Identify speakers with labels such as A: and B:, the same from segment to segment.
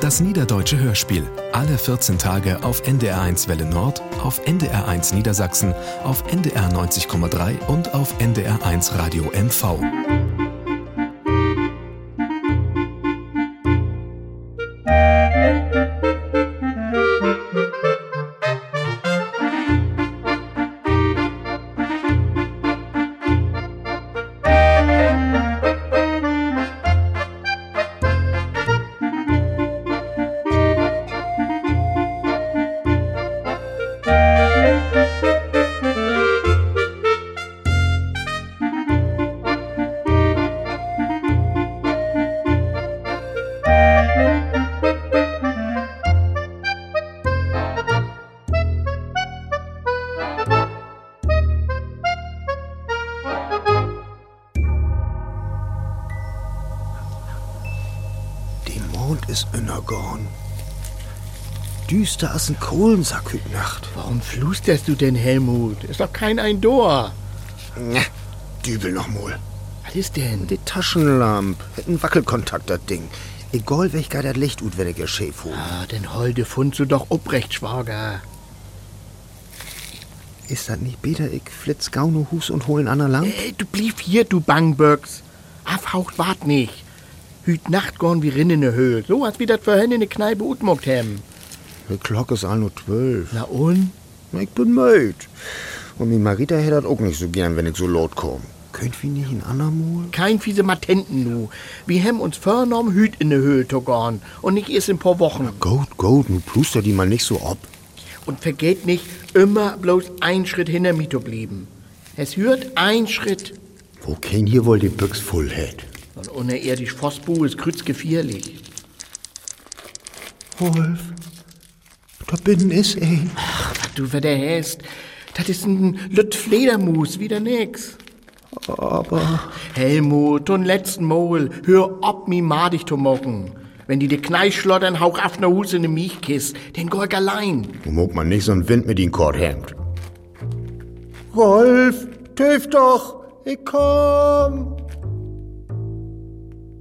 A: Das Niederdeutsche Hörspiel. Alle 14 Tage auf NDR1 Welle Nord, auf NDR1 Niedersachsen, auf NDR 90,3 und auf NDR1 Radio MV.
B: Die Mond ist innergorn. Düster als ein Kohlensack hüt Nacht.
C: Warum flusterst du denn, Helmut? Ist doch kein Eindor.
B: Ne, dübel noch mal.
C: Was ist denn?
B: Die Taschenlampe. Hätten Wackelkontakt, das Ding. Egal welch gar das Licht ut, wenn ich es schäf hol.
C: Ah, denn holde Fund so doch obrecht, Schwager.
B: Ist das nicht Peter? Ich flitz gaune Hus und holen aner lang?
C: Ey, Äh, du blieb hier, du Bangböcks. Afhaucht wart nicht. Hüt Nachtgorn wie rinnene Höhe. So als wie das vorhin in der Kneipe utmockt hem.
B: Die Glocke ist all nur zwölf.
C: Na und?
B: Ich bin müd. Und die Marita hätt das auch nicht so gern, wenn ich so laut komm. Könnt wir nicht ein ander Mal?
C: Kein fiese Matenten nu. Wir hem uns vornommen, Hüt in der Höhe to gorn. Und nicht erst in paar Wochen.
B: Gut, gut, nun pluster die mal nicht so ab.
C: Und vergeht nicht, immer bloß ein Schritt hinter mir zu blieben. Es hört ein Schritt.
B: Wo kein hier wohl die Büchs voll hätt?
C: Und ohne er die Vossbu ist krütz gefährlich.
B: Wolf, da bin is ey.
C: Ach, was du wieder hast. Das ist ein Lütt Fledermus, wieder nix.
B: Aber
C: Helmut, und letzten Mal, hör ob mi madig zu mocken. Wenn die dir Kneisch schlottern, hauch auf ne Hus in ne Miechkist. Den Golg allein.
B: Womit man nicht so einen Wind mit den Kord hemmt. Rolf, töf doch, ich komm.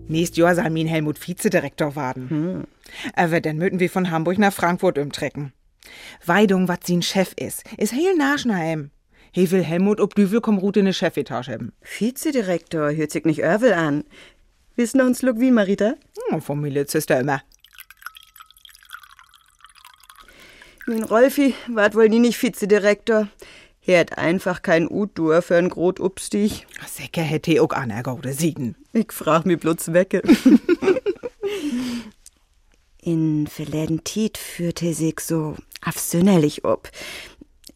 D: Nächst Jahr soll mein Helmut Vizedirektor werden. Aber dann möten wir von Hamburg nach Frankfurt umtrecken. Weidung, wat sin Chef is, is heel Naschenheim. He will Helmut ob Düvel komm Route ne Chefetage haben.
E: Vizedirektor hört sich nicht Örvel an. Wissen uns Look wie, Marita?
D: Hm, Familie züster immer.
E: Mein Rolfi wart wohl nie nicht Vizedirektor. Er hat einfach kein Udur für ein Grot Upstich.
D: Säcke hätte auch anergaude Siegen.
E: Ich frag mich bloß wecke. In Verlädentit führte sich so afsünderlich ob.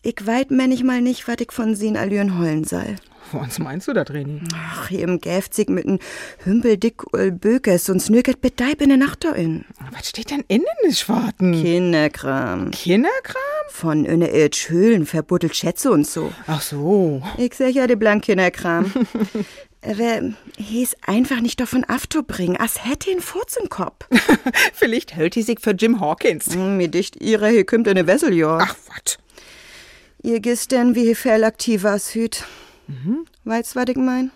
E: Ich weit manchmal nicht, wat ich von sin Allüren hollen soll.
D: Was meinst du da drin?
E: Ach, hier im Gäfzig mit n Hümpeldick ul Bökes und snögert bedeib in der Nacht da in.
D: Was steht denn innen des Schwarten?
E: Kinderkram.
D: Kinderkram?
E: Von öne Ilch Höhlen verbuddelt Schätze und so.
D: Ach so.
E: Ich sag ja, die Blankinderkram. Aber hieß einfach nicht davon abzubringen, als hätte ihn Furz im Kopf.
D: Vielleicht hält die sich für Jim Hawkins.
E: Hm, Mir dicht ihre, hier kümmt eine Wesseljor.
D: Ach, wat?
E: Ihr gestern wie viel aktiver als Hüt. Weißt was ich mein?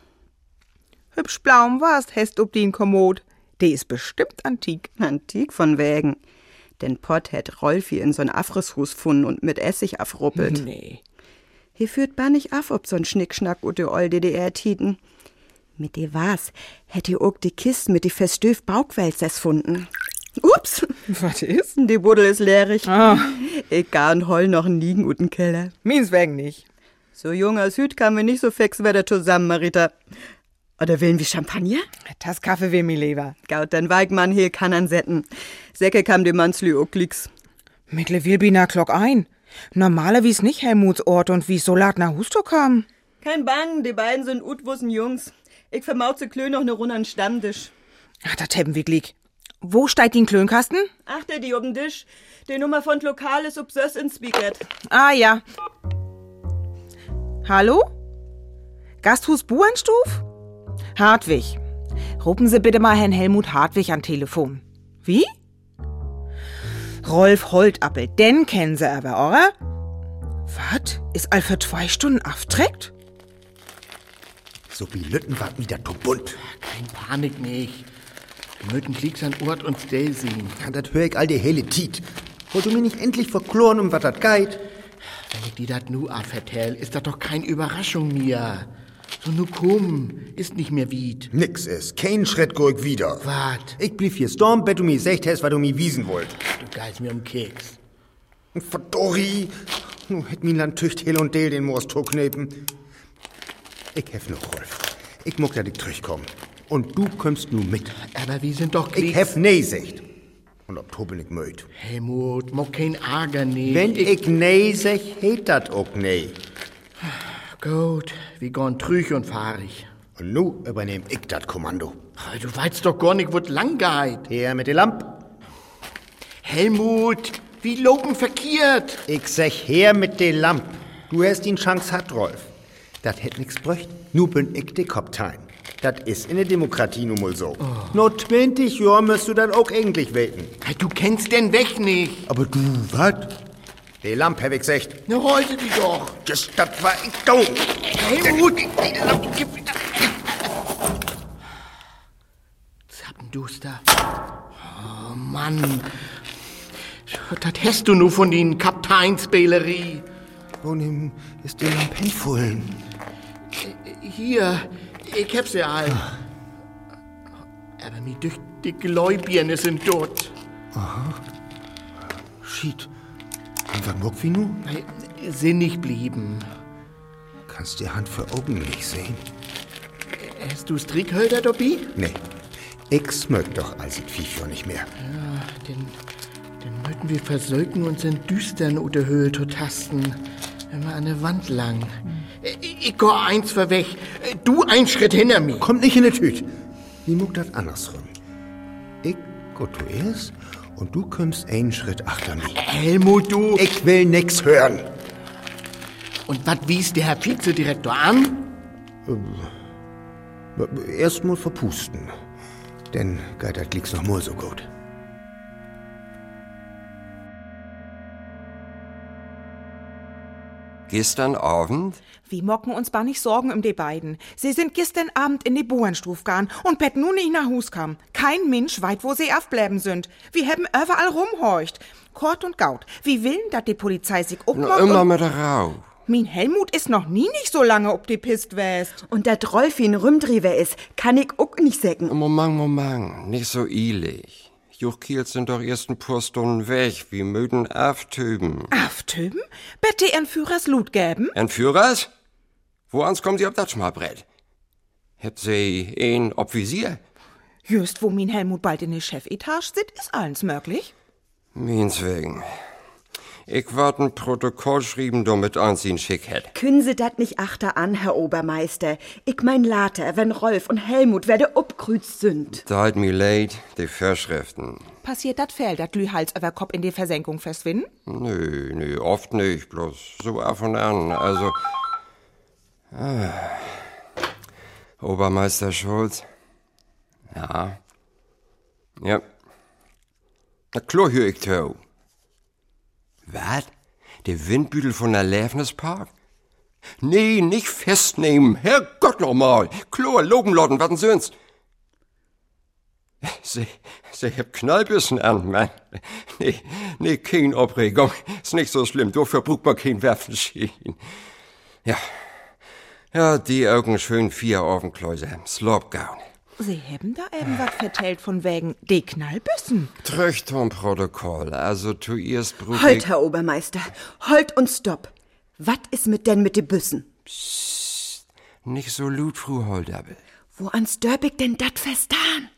D: Hübsch blaum warst, hest ob den Kommod. Die ist bestimmt antik.
E: Antik von wegen. Den Pott hätt Rolfi in so'n Afrishus funden und mit Essig afruppelt.
D: Nee.
E: Hier führt bar nicht af, ob so'n Schnickschnack und de ol DDR-Titen. Mit de was? Hätt ihr ook die Kist mit die verstöf Baukwälzers funden. Ups,
D: Was ist?
E: die Buddel ist leerig.
D: Ah,
E: Egal, und heul noch einen liegen und Keller.
D: meins wegen nicht.
E: So jung als Hüt kamen wir nicht so fix wieder zusammen, Marita. Oder willen wir Champagner?
D: Das Kaffee wär mir lieber.
E: Gaut, dann Weigmann hier kann an Setten. Säcke kam dem Manslü auch glicks.
D: Mittlerweile bin ich Glock ein. Normalerweise nicht Helmuts Ort und wie so lat nach Husto kam.
E: Kein Bang, die beiden sind utwussen Jungs. Ich vermauze Klö noch ne Runde an Stammtisch.
D: Ach, das hätten wir Glück. Wo steigt den Klönkasten?
E: Achte die ob'n Tisch. Die Nummer von Lokal ist ob Söss in Spiegert.
D: Ah, ja. Hallo? Gasthus Buenstuf? Hartwig. Rufen Sie bitte mal Herrn Helmut Hartwig an Telefon. Wie? Rolf Holtappel, den kennen Sie aber, oder? Was? Ist all für zwei Stunden afträgt?
B: So wie Lütten war wieder zu bunt.
C: Kein Panik nicht. Möten klick an Ort und Stell sehen.
B: Ja, das hör ich all die helle Tiet. Wollt du mir nicht endlich verkloren, um was das geht?
C: Wenn ich dir das nu a vertell, ist das doch keine Überraschung mehr. So nu komm, ist nicht mehr wied.
B: Nix ist. Kein Schritt geh ich wieder.
C: Wart,
B: Ich blieb hier storm, bet du mir secht hast, was du mir wiesen wollt.
C: du geilst mir um Keks.
B: Und Verdorri! Nu hätt mir dann Tücht Hel und Del den Moors kneten. Ich hef noch Rolf. Ich muck da dick durchkommen. Und du kommst nu mit.
C: Aber wir sind doch
B: Ich
C: Keks.
B: hef nee secht. Und ob Tobel nicht mögt.
C: Helmut, mock kein Ärger nicht.
B: Wenn ich nee sech, heet dat ook nee.
C: Gut, wir gorn trüch und fahrig.
B: Und nu übernehm ich dat Kommando.
C: Aber Du weißt doch gar nicht, was lang geht.
B: Her mit der Lamp.
C: Helmut, wie loben verkehrt.
B: Ich sech her mit der Lamp. Du hast ihn Chance hat, Rolf. Dat hätt nix bröcht. Nu bin ich de Koptein. Dat is in der Demokratie nun mal so. Nur 20 Jahr müsst du dat auch eigentlich weten.
C: Ah, Du kennst den Weg nicht.
B: Aber du, wat? Die Lamp hab ich secht.
C: Na, heute die doch.
B: Das dat war ich dumm.
C: Helmut, die Lampe, gib mir das. Zappenduster. Oh, Mann. Das hast du nur von den Kapteinsbälerie.
B: Und ihm ist die Lamp hinvollen.
C: Hier, ich hab's ja all. Aber mir durch die Gläubien sind dort.
B: Schied. Und was muck wie nu?
C: Weil Sinnig blieben.
B: Kannst die Hand für Augen nicht sehen.
C: Hast du Strickhölder, Dobby?
B: Nee. Ich mög doch also Viecher nicht mehr.
C: Denn, dann möchten wir versöcken und sind düstern oder Höhe zu tasten. Wenn wir an der Wand lang. Äh, Ich geh eins vorweg. Äh, Du ein Schritt hinter mir.
B: Kommt nicht in die Tüte. Wie muck das andersrum? Ich gut du erst und du kommst einen Schritt achter mir.
C: Helmut, du.
B: Ich will nix hören.
C: Und was wies der Herr Vizedirektor an?
B: Erst mal verpusten. Denn geitert liegt's noch mal so gut.
F: Gestern Abend?
D: Wie mocken uns bar nicht Sorgen um die beiden. Sie sind gestern Abend in die Bohrenstuf gegangen und pet nun nicht nach Hus kam. Kein Mensch weit, wo sie aufbleiben sind. Wir haben überall rumhorcht. Kort und Gaut. Wie willen, dat die Polizei sich
F: Noch
D: upmockt
F: immer
D: und-
F: mit der Rau.
D: Mein Helmut ist noch nie nicht so lange ob die Pist west.
E: Und dat Rolf in Rümdriver ist, kann ich auch nicht säcken.
F: Moment, Moment, nicht so eilig. Juchkiels sind doch erst ein paar Stunden weg, wie müden Aftöben.
D: Aftöben? Bette ihren Führers Lut gäben?
F: Entführers? Wo ans kommen Sie auf das Schmalbrett? Habt Sie ein Obvisier?
D: Just wo mein Helmut bald in die Chefetage sitzt, ist allens möglich.
F: Meins wegen. Ich wart ein Protokoll schrieben, damit eins ihn schick hätt.
E: Können Sie dat nicht achter an, Herr Obermeister? Ich mein later, wenn Rolf und Helmut werde obgrüzt sind.
F: Da hat mir leid, die Verschriften.
D: Passiert dat Fell, dat Lühals über Kopf in die Versenkung verschwinden?
F: Nö, nö, oft nicht, bloß so auf und an. Also. Ah. Obermeister Schulz. Ja. Ja. Na klar hör ich to. Was? Der Windbüdel von der Läfnispark? Nee, nicht festnehmen. Herrgott nochmal. Chlor, Logenlotten, was denn sonst? Sie, Sie hab Knallbissen an, Mann. Nee, nee, kein Aufregung. Ist nicht so schlimm. Dafür braucht man keinen Waffenschien. Ja. Ja, die Augen schön vier Ofenkläuser. Slopgown.
D: Sie haben da eben was vertellt von wegen die Knallbüssen.
F: Tröchtonprotokoll. Also, tu erst brauch ich-
E: Halt, Herr Obermeister, halt und stopp. Wat is mit denn mit de Büssen?
F: Nicht so laut, Frau Holdabel.
E: Wo ans dörb ich denn dat verstan?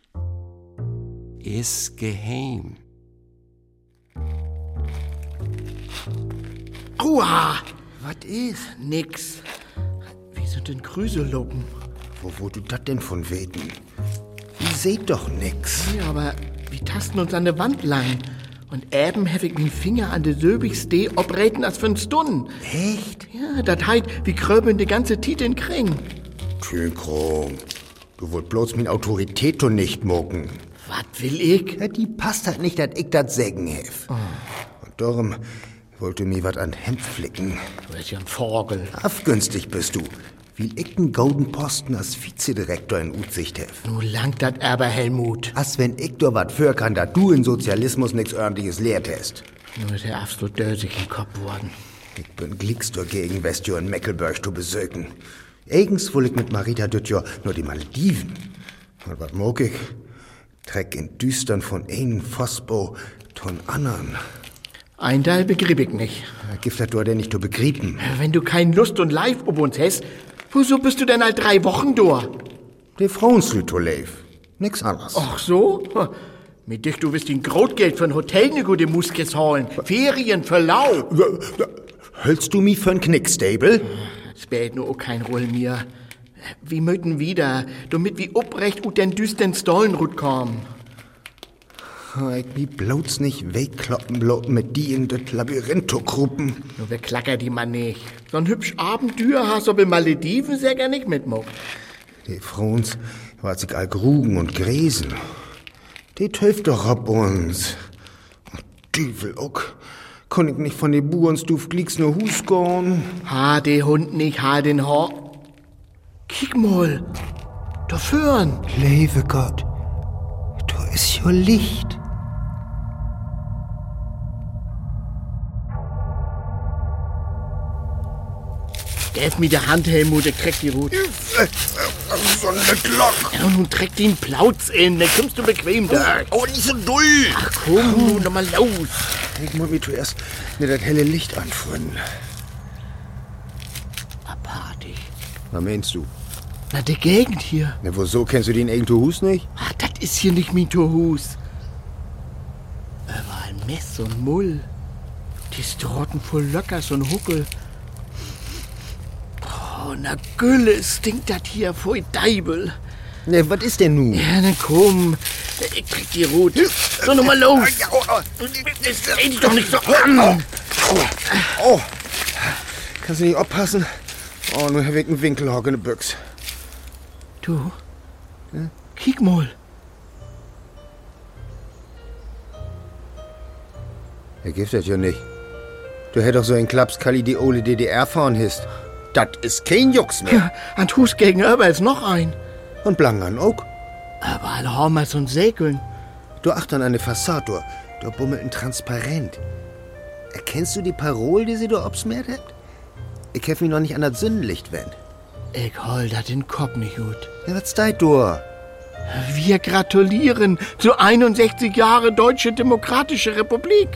F: Ist geheim.
C: Aua! Was ist? Nix. Wir sind in Krüseluppen.
B: Wo wo du dat denn von weten? Ihr seht doch nix.
C: Ja, aber wir tasten uns an der Wand lang. Und eben hef ich meinen Finger an der Söbigste obreten als fünf Stunden. Echt? Ja, das heit, wir kröbeln die ganze Tiet in Kring.
B: Tünkrum, du wollt bloß min Autorität und nicht mucken.
C: Was will ich?
B: Ja, die passt halt nicht, dass ich das sägen helf. Und darum wollt du mir wat an Hemd flicken.
C: Du bist ja ein Vogel.
B: Afgünstig bist du. will ich den Golden Posten als Vizedirektor in Utsicht helfen.
C: Nu langt dat aber, Helmut.
B: Als wenn ich doch was für kann, da du in Sozialismus nix ordentliches lehrt hast.
C: Nur der absolut dösig im Kopf worden.
B: Ich bin glicks durch gegen Westjur in Mecklenburg zu besöken. Eigens will ich mit Marita Dütjör nur die Malediven. Und was mag ich? Treck in Düstern von einem Fosbo ton anderen.
C: Ein Teil begriff ich nicht.
B: Gift hat du denn nicht zu begrieben.
C: Wenn du kein Lust und Live ob uns hast, wieso bist du denn halt drei Wochen da?
B: Die Frauen sind zu leif. Nix anderes.
C: Ach so? Ha, Mit dich, du wirst den Grotgeld von Hotel ne gute Muskes holen. Ferien für Lau.
B: Hölst du mich für einen Knickstable?
C: Spät nur auch kein Roll mir. Wie möten wieder, damit wie obrecht ut den düsten Stollenrut kommen.
B: Ich mich Halt bloß nicht wegkloppen bloß mit die in das Labyrinth zu kruppen.
C: Nur wer klackert die man nicht. So ein hübsch Abenteuer hast du bei Malediven sehr gar nicht mitmacht.
B: Die Frons war sich all grugen und gräsen. Die töft doch ab uns. Düvel uck. Kon ich nicht von den Buons duf glicks nur Hus gorn.
C: Ha de Hund nicht, ha den Ho. Kick mal. Da führen.
B: Leve Gott, du ist jo Licht.
C: Gib mir der Hand, Helmut, der kriegt die Rute.
B: So eine Glock.
C: Ja, nun träg den Plauz in, da kommst du bequem durch.
B: Oh, nicht so doll.
C: Ach komm, nun noch mal los.
B: Ich muss mich zuerst mit das helle Licht anfreunden.
C: Apartig.
B: Was meinst du?
C: Na, die Gegend hier.
B: Na, wieso kennst du den irgendwo Hus nicht?
C: Ah, das ist hier nicht mein Torhus. Überall Mess und Mull. Die Strotten voll Löckers und Huckel. Oh, na Gülle, stinkt das hier voll Deibel.
B: Ne, was ist denn nun?
C: Ja, na komm. Ich krieg die Rute. So, noch mal los. Das rede ich doch nicht so an.
B: Oh, kannst du nicht abpassen? Oh, nur habe ich einen Winkelhock in der Büchse.
C: Du, äh, kick mal.
B: Er gibt das ja nicht. Du hättest doch so einen Klaps Kali die ole DDR fahren hist. Das ist kein Jux mehr.
C: Ja, an Hus gegenüber ist noch ein.
B: Und Blangan auch.
C: Aber alle Hormers und Säkeln.
B: Du acht an eine Fassade, du bummelt ein Transparent. Erkennst du die Parole, die sie da obsmert hat? Ich helf mich noch nicht an das Sündenlicht wenden.
C: Ich hol dat den Kopf nicht gut.
B: Ja, was deit du?
C: Wir gratulieren zu 61 Jahre Deutsche Demokratische Republik.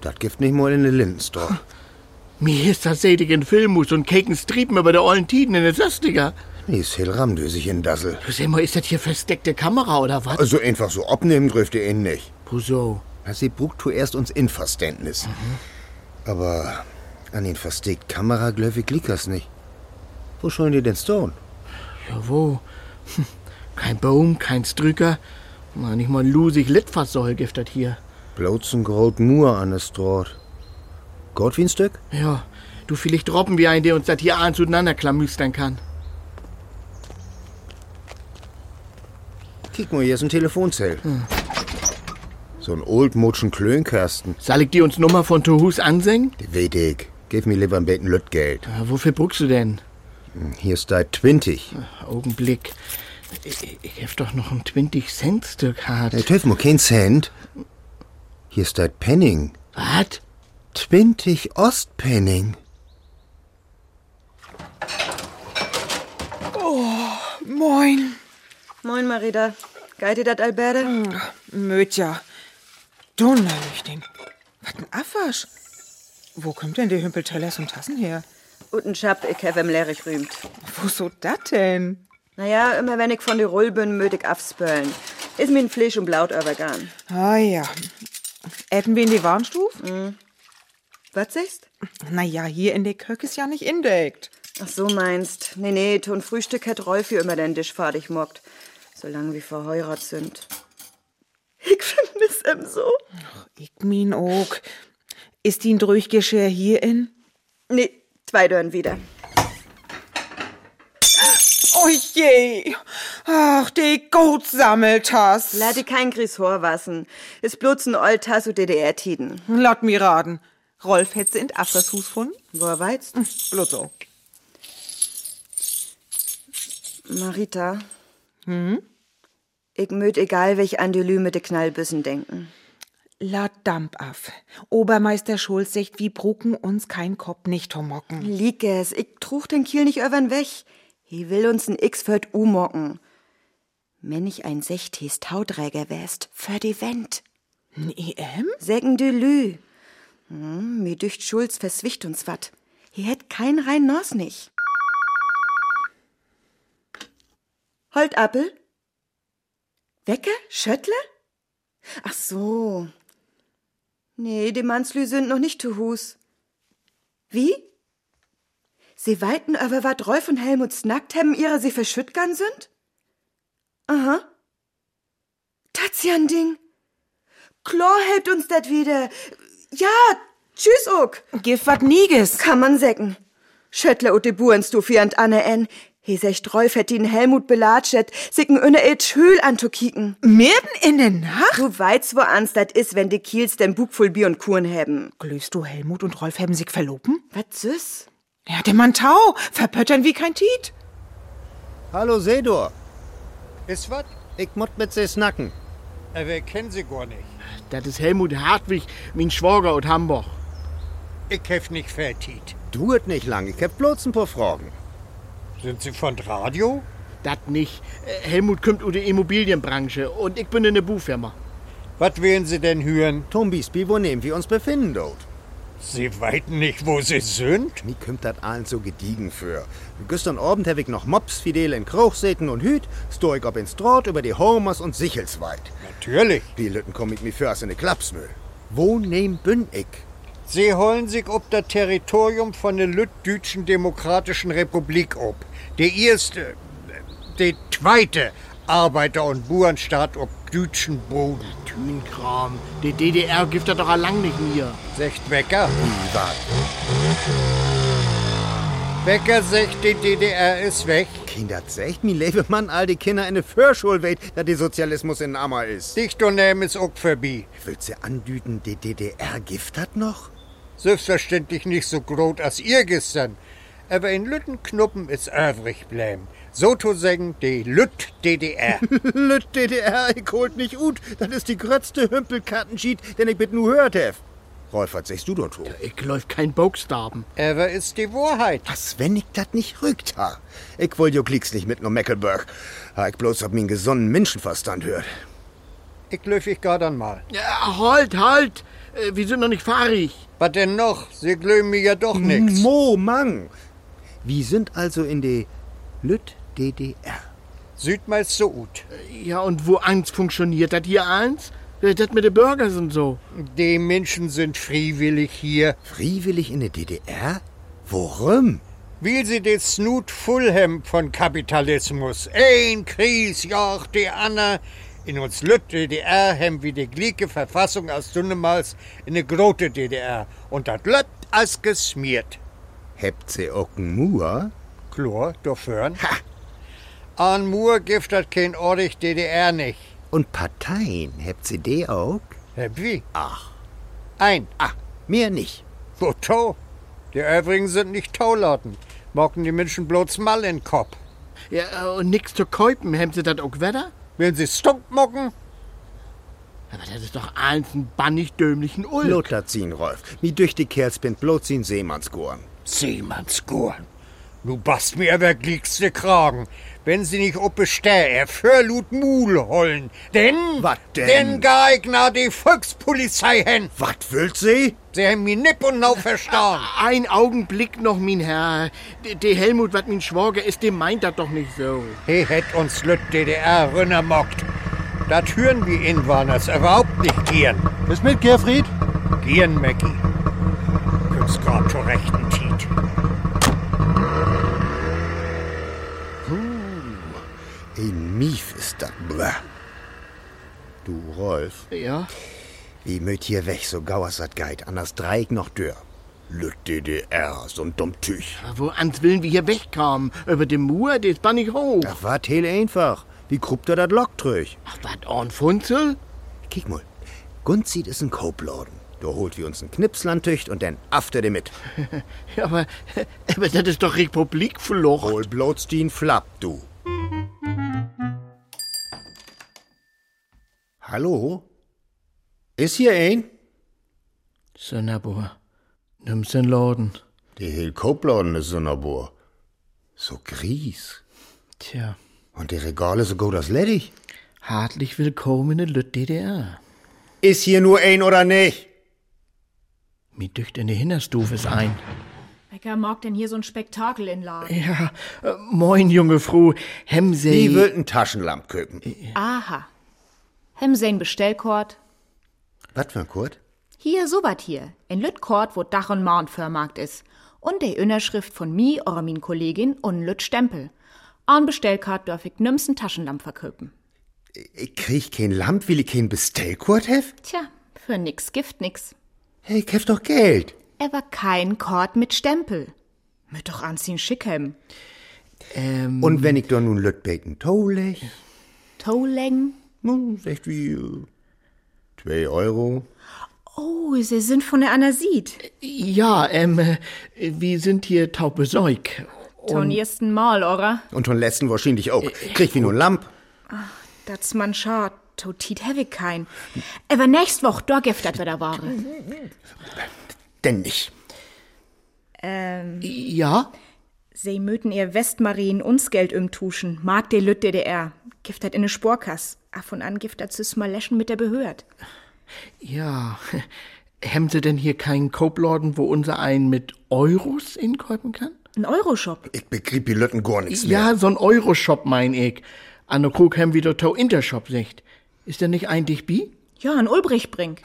B: Das gibt nicht mal in den Lindensdorf.
C: Mir ist das sedigen Filmus und keken Striepen über der ollen Tiden in der Söstiger.
B: Nee, ist hell ramdösig in Dassel.
C: Du sag mal, ist das hier versteckte Kamera oder was?
B: Also einfach so abnehmen dürfte ihn nicht.
C: Wieso?
B: Also sie brucht zuerst uns Inverständnis. Aber an den versteckt Kamera glöwig liegt das nicht. Wo schauen die denn Stone?
C: Ja, wo? Hm, Kein Baum, kein Strücker. Na, nicht mal ein lusig Litfaßsäul gibt das hier.
B: Blotzen graut nur an es Draht. Gott wie ein Stück?
C: Ja, du vielleicht droppen wir einen, der uns das hier an zueinander klamüstern kann.
B: Kick mal, hier ist ein Telefonzell. So ein oldmutschen Klönkasten.
C: Soll ich dir uns Nummer von Tohus ansingen?
B: Die weet ich. Gib mir lieber ein Beten Lüttgeld.
C: Ja, wofür bruckst du denn?
B: Hier ist da 20.
C: Augenblick. Ich, ich hab doch noch ein 20-Cent-Stück hart.
B: Der Töff kein Cent. Hier ist da Penning.
C: Was?
B: 20 Ostpenning.
D: Moin.
E: Moin, Marida. Geite dat Alberde?
D: Mötja. Donnerlichting. Was ein Affasch. Wo kommt denn der Hümpel Tellers und Tassen her?
E: Guten Schab, ich hab im Lehrich rühmt.
D: Wo so dat denn?
E: Naja, immer wenn ich von der Rull bin, möt ich afspölen. Ist mir ein Fleisch und Blaut übergangen.
D: Ah ja. Hätten wir in die Warnstuf?
E: Was sagst?
D: Naja, hier in der Köck ist ja nicht indeckt.
E: Ach so meinst. Nee, nee, ton Frühstück hat Rolfi immer den Tisch fertig mockt. Solange wir verheurat sind. Ich vermiss em so.
D: Ich mein auch. Ist die ein Drüchgeschirr hier in?
E: Nee, zwei Dörren wieder.
D: Oh je. Ach, die Goat sammelt hast.
E: Lade kein Gris horwassen. Ist bloß ein Oldtas und DDR-Tiden.
D: Lass mir raten. Rolf hätt sie in Afres Hus gefunden.
E: Woher weißt
D: Bloß so.
E: Marita. Hm? Ich möt egal, welch an die Lü mit de Knallbüssen denken.
D: La Damp af. Obermeister Schulz sagt, wie Brucken uns kein Kopf nicht homocken.
E: Lieg es, ich truch den Kiel nicht öwern weg. He will uns n X-Föld umocken. Wenn ich ein sechtes Tauträger wärst, für die Wend.
D: N EM?
E: Sägen de Lü. Hm, mir dücht Schulz verswicht uns wat. He hätt kein rein Nos nicht. Holt Appel? Wecke? Schöttle? Ach so. Nee, die Mannslü sind noch nicht zu Hus. Wie? Sie weiten aber wat Rolf und Helmut snackt haben, ihre sie verschüttgern sind? Aha. Tatjan Ding. Chlor hält uns dat wieder. Ja, tschüss, Uck.
D: Gif wat Niges.
E: Kann man säcken. Schöttler ut de Burenstufi an Anne en. Hesecht Rolf hätt ihn Helmut belatschet, sicken önne et schül an to kicken.
D: Mitten in der Nacht?
E: Du weißt, wo ans dat is, wenn de Kiels den Bug voll Bier und Kuren haben.
D: Glöst du, Helmut und Rolf haben sich verloben?
E: Wat süß?
D: Ja, der Mann Tau. Verpöttern wie kein Tiet.
B: Hallo, Sedor. Ist was? Ich muss mit sie snacken.
G: Äh, Wir kennen sie gar nicht.
C: Das ist Helmut Hartwig, mein Schwager aus Hamburg.
G: Ich hef nicht vertiet.
B: Du et nicht lang, ich hab bloß ein paar Fragen.
G: Sind sie von Radio?
C: Das nicht. Äh, Helmut kommt aus der Immobilienbranche und ich bin in der Buchfirma.
G: Was wollen sie denn hören?
B: Tom Biesby, wo nehmen wir uns befinden dort?
G: Sie weiten nicht, wo sie sind?
B: Mir kümmt dat allen so gediegen für. Gestern Abend hab ich noch Mops fidel in Krochsäten und Hüt, sto ich ob ins Draht über die Homers und Sichelsweit.
G: Natürlich.
B: Die Lütten kommen mit mir für as in ne Klapsmüll. Wo nehm bin ich?
G: Sie holen sich ob das Territorium von der Lüttdütschen Demokratischen Republik ob. Der erste, der zweite Arbeiter- und Burenstaat ob Dütschen Boden.
C: Thünkram. Die DDR gibt das doch allang nicht mir.
G: Secht Wecker.
B: Wie war
G: Wecker sagt, die DDR ist weg.
B: Kinder, echt mi Lebemann, all die Kinder in ne Förschul weht, da der Sozialismus in Ammer ist.
G: Dicht und nehmen ist auch vorbei.
B: Willst du andüten, die DDR gift hat noch?
G: Selbstverständlich nicht so groß als ihr gestern. Aber in Lüttenknuppen ist übrig bleiben. So zu sagen, die Lütt DDR.
B: Lüt DDR, ich holt nicht ut, das ist die grötzte Hümpelkartenschied, den ich bit nu hört hef. Rolf, was sagst du dort hoch?
C: Ich läuft kein Bogstarben.
G: Aber ist die Wahrheit.
B: Was, wenn ich dat nicht rückt ha? Ich woll jo Klicks nicht mit no Mecklenburg. Ha, ich bloß ob min gesonnen Menschenverstand hört.
G: Ich löf ich gar dann mal.
C: Ja, halt, halt. Äh, wir sind noch nicht fahrig.
G: Was denn noch? Sie glöben mir ja doch nichts.
B: Mo Mang! Wir sind also in de Lüt DDR.
G: Sieht mal so gut.
C: Ja, und wo eins funktioniert, das hier eins? Äh, Das mit den Burgers und so.
G: Die Menschen sind freiwillig hier.
B: Freiwillig in de DDR? Worum?
G: Will sie den Snoot Fulham von Kapitalismus. Ein Kriesjahr, die Anna. In uns Lütt DDR haben wir die glieke Verfassung als Dünnemals in eine grote DDR. Und das Lütt als gesmiert.
B: Hebt se ocken Mua?
G: Chlor, doch hören. An Mur gibt das kein ordentlich DDR nicht.
B: Und Parteien, hebt se de auch?
G: Hab Wie? Ach. Ein.
B: Ah, mehr nicht.
G: Wo Oh, Tau? Die übrigen sind nicht Taulauten. Mocken die Menschen bloß mal in den Kopf.
C: Ja, äh, und nix zu käupen, haben sie das auch Wetter?
G: Wenn sie stunk mocken,
C: Aber das ist doch eins ein bannig dämlichen Ulk.
B: Lothar ziehen, Rolf. Mi düchtig Kerls bin bloß ziehen Seemannsgorn.
G: Seemannsgurn. Nu bast mir aber gliegste Kragen. Wenn sie nicht oppestär, er förlut Mule hollen. Denn,
B: Wat denn?
G: denn gar ich na die Volkspolizei hen.
B: Wat willt sie?
G: Sie haben mich nipp und nau verstauen.
C: Ein Augenblick noch, mein Herr. D- Der Helmut, wat mein Schwager ist, dem meint das doch nicht so.
G: He hätt uns Lütt DDR rünnermockt. Dat hören wir Inwaners überhaupt nicht gieren.
B: Bis mit, Gerfried.
G: Gieren, Mackie. Kommst grad zur rechten Tiet.
B: In Mief ist dat bla. Du, Rolf,
C: Ja?
B: wie möt hier weg, so gauers dat geit, anders dreig noch dör. Lüt DDR, so'n dumm Tüch.
C: Wo ans Willen wir hier wegkamen? Über den Mur, der ist bannig hoch.
B: Ach, wat heel einfach. Wie kruppt er dat Lock durch?
C: Ach, wat, Orn Funzel?
B: Kick mal. Gunzit ist ein Kopladen. Da holt wir uns ein Knipslandtücht und dann after dem mit.
C: Ja, aber, aber das ist doch Republikflucht.
B: Hol bloß den Flapp, du. Hallo? Ist hier ein?
C: Sönabor, nimm's in Laden.
B: Der Hill Copladen ist so nabor. So gries.
C: Tja,
B: Und die Regale so gut als ledig.
C: hartlich willkommen in Lütt DDR.
B: Ist hier nur ein oder nicht?
C: Mir dücht in der Hinterstufe ist ein.
H: Wecker mag denn hier so ein Spektakel in Laden?
C: Ja, äh, moin, junge Frau. Hemse.
B: Die wird ein Taschenlamp köpen.
H: Aha. Hemsein Bestellkort.
B: Was für ein Kurt?
H: Hier, so wat hier. In Lüttkort, wo Dach und Mauern vermarkt ist. Und der Innerschrift von mi, eure min Kollegin, und Lütt Stempel. An Bestellkart dörf ich nümsen Taschenlamp verköpen.
B: Ich krieg kein Lamp, will ich kein Bestellkurt hef?
H: Tja, für nix Gift nix.
B: Hey, ich hef doch Geld.
H: Er war kein Kort mit Stempel. Mit doch anziehen Schickhem.
C: Ähm,
B: Und wenn ich doch nun Lüttbeken tolich?
H: Toläng.
B: Nun, vielleicht wie. äh, Zwei Euro.
H: Oh, sie sind von der Anasid.
C: ja, ähm, äh, wir sind hier taub besäug.
H: Ton ersten Mal, oder?
B: Und von letzten wahrscheinlich auch.
C: Äh,
B: Krieg wie nun Lamp.
H: Das man schad. Totit heavy kein. Aber nächst Woche, da giftet wir da Ware.
B: Denn nicht.
C: Ja?
H: Sie möten ihr Westmarien uns Geld umtuschen, mag de Lüt DDR. Giftet in ne Sporkas. Af und an giftet süß mal läschen mit der Behörd.
C: Ja. Hemse denn hier keinen Kopladen, wo unser einen mit Euros inkäufen kann?
H: Ein Euroshop.
B: Ich begrieb die Lütten gar nichts mehr.
C: Ja, so'n Euroshop, mein ich. An der Krug haben wir doch tau Intershop sicht. Ist der nicht eigentlich bi?
H: Ja, ein Ulbrich bringt.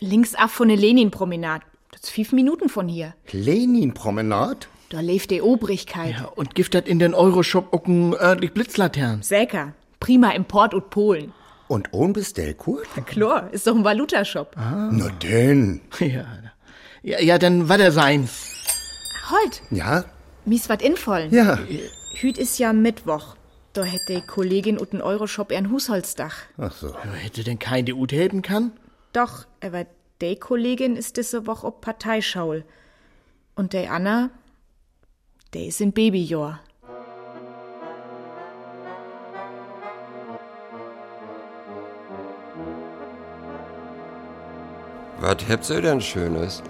H: Links af von ne Lenin-Promenade. Das ist fünf Minuten von hier.
B: Lenin-Promenade?
H: Da lebt die Obrigkeit.
C: Ja, und gift dat in den Euroshop auch n örtlich Blitzlatern.
H: Säker. Prima Import und Polen.
B: Und ohne Bestellkurt?
H: Klar, ist doch ein Valutashop.
B: Na denn.
C: Ja, ja, ja dann war der sein.
H: Holt,
B: Ja?
H: mies Halt, wat infollen.
B: Ja.
H: Hüt ist ja Mittwoch. Da hätt die Kollegin und ein Euroshop ihren Husholzdach.
B: Ach so.
C: Hätte denn kein die Ut helfen kann?
H: Doch, aber die Kollegin ist diese Woche ob Parteischaul. Und die Anna, die ist in Babyjahr.
F: Was habt ihr denn Schönes?